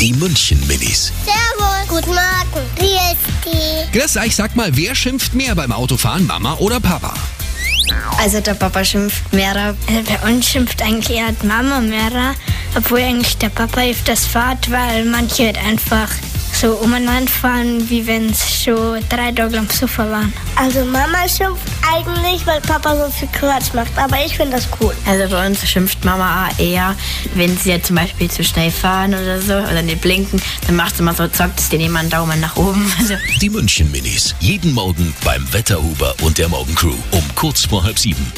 Die München Minis. Servus. Guten Morgen. Wie ist die? Grüß euch, sag mal, wer schimpft mehr beim Autofahren, Mama oder Papa? Also der Papa schimpft mehrer. Also bei uns schimpft eigentlich eher die Mama mehrer, obwohl eigentlich der Papa öfters fährt, weil manche halt einfach so umeinander fahren, wie wenn es schon drei Tage am Sofa waren. Also Mama schimpft eigentlich, weil Papa so viel Quatsch macht. Aber ich finde das cool. Also bei uns schimpft Mama eher, wenn sie ja zum Beispiel zu schnell fahren oder so oder nicht blinken, dann macht sie mal so, zockt es dir jemand Daumen nach oben. Also Die München Minis. Jeden Morgen beim Wetterhuber und der Morgencrew um kurz vor halb sieben.